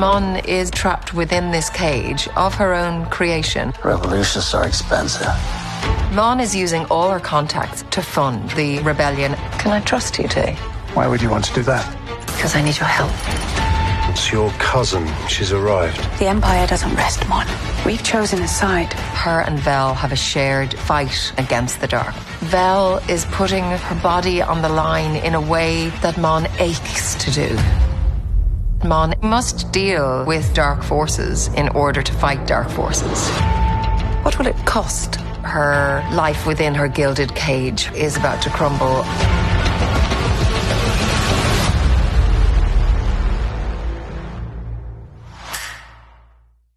Ramon is trapped within this cage of her own creation. Revolutions are expensive. Mon is using all her contacts to fund the rebellion. Can I trust you, Tay? Why would you want to do that? Because I need your help. It's your cousin. She's arrived. The Empire doesn't rest, Mon. We've chosen a side. Her and Vel have a shared fight against the dark. Vel is putting her body on the line in a way that Mon aches to do. Mon must deal with dark forces in order to fight dark forces. What will it cost? Her life within her gilded cage is about to crumble.